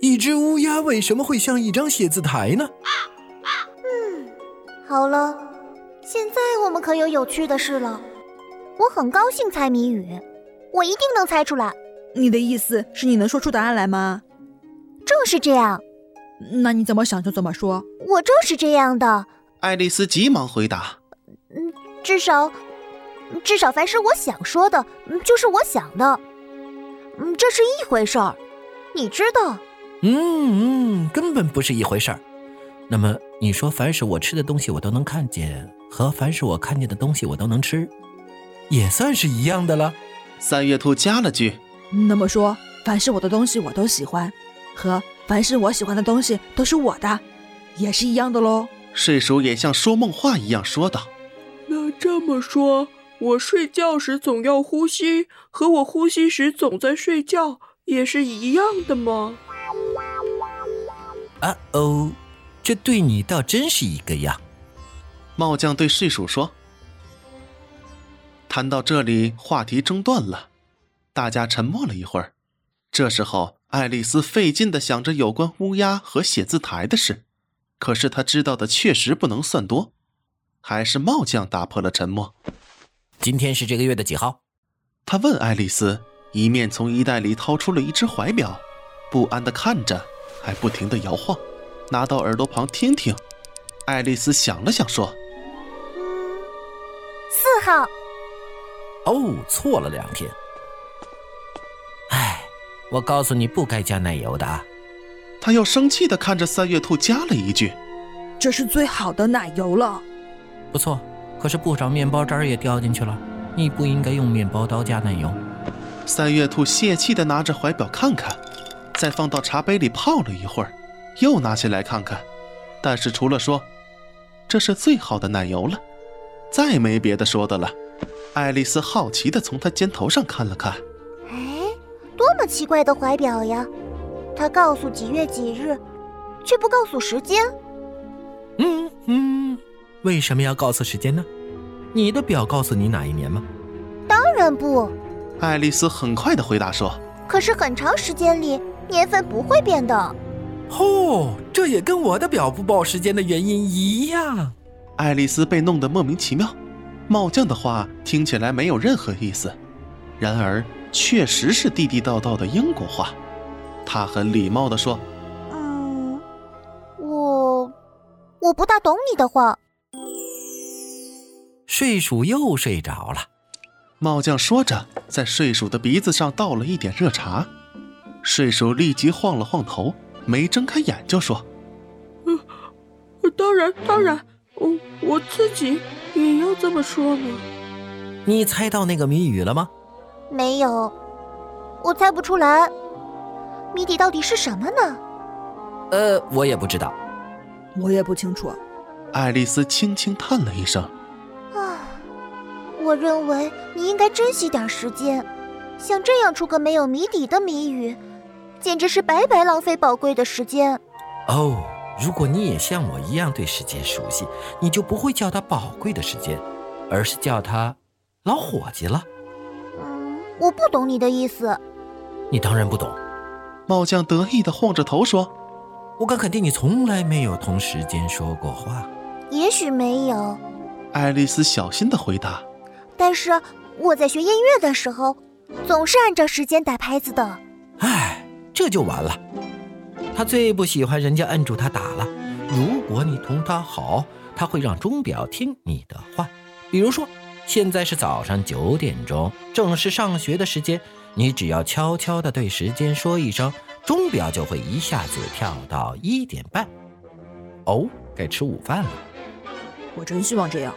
一只乌鸦为什么会像一张写字台呢？好了，现在我们可有有趣的事了。我很高兴猜谜语，我一定能猜出来。你的意思是你能说出答案来吗？正是这样，那你怎么想就怎么说。我正是这样的。爱丽丝急忙回答。至少，至少凡是我想说的，嗯就是我想的。嗯，这是一回事儿，你知道。嗯嗯，根本不是一回事儿。那么你说，凡是我吃的东西我都能看见，和凡是我看见的东西我都能吃，也算是一样的了。三月兔加了句那么说，凡是我的东西我都喜欢，和凡是我喜欢的东西都是我的，也是一样的喽。：“睡鼠也像说梦话一样说道。那这么说，我睡觉时总要呼吸，和我呼吸时总在睡觉也是一样的吗？啊哦，这对你倒真是一个样。”帽匠对睡鼠说。谈到这里，话题中断了，大家沉默了一会儿。这时候，爱丽丝费劲地想着有关乌鸦和写字台的事，可是她知道的确实不能算多，还是帽匠打破了沉默。今天是这个月的几号？他问爱丽丝，一面从衣袋里掏出了一只怀表，不安地看着，还不停地摇晃，拿到耳朵旁听听。爱丽丝想了想说四号，哦，错了两天。哎，我告诉你不该加奶油的啊。：“她又生气地看着三月兔，加了一句。这是最好的奶油了。不错，可是不少面包渣儿也掉进去了。你不应该用面包刀加奶油。三月兔泄气地拿着怀表看看，再放到茶杯里泡了一会儿，又拿起来看看，但是除了说“这是最好的奶油了”，再没别的说的了。爱丽丝好奇地从他肩头上看了看，哎，多么奇怪的怀表呀！它告诉几月几日，却不告诉时间。嗯嗯，为什么要告诉时间呢？你的表告诉你哪一年吗？当然不，爱丽丝很快地回答说。可是很长时间里年份不会变的。哦，这也跟我的表不报时间的原因一样。爱丽丝被弄得莫名其妙。帽匠的话听起来没有任何意思，然而确实是地地道道的英国话。他很礼貌地说嗯，我我不大懂你的话。睡鼠又睡着了。：“帽匠说着，在睡鼠的鼻子上倒了一点热茶。”睡鼠立即晃了晃头，没睁开眼就说呃当然，当然，我我自己也要这么说呢。你猜到那个谜语了吗？没有，我猜不出来，谜底到底是什么呢？呃，我也不知道。我也不清楚，：“爱丽丝轻轻叹了一声。啊，我认为你应该珍惜点时间，像这样出个没有谜底的谜语，简直是白白浪费宝贵的时间。哦，如果你也像我一样对时间熟悉，你就不会叫它宝贵的时间，而是叫它老伙计了。嗯，我不懂你的意思。你当然不懂，”帽匠得意地晃着头说我敢肯定你从来没有同时间说过话。也许没有，：“爱丽丝小心地回答。但是我在学音乐的时候，总是按照时间打拍子的。唉，这就完了。他最不喜欢人家摁住他打了。如果你同他好，他会让钟表听你的话。比如说，现在是早上九点钟，正是上学的时间。你只要悄悄地对时间说一声，钟表就会一下子跳到一点半。哦，该吃午饭了。我真希望这样。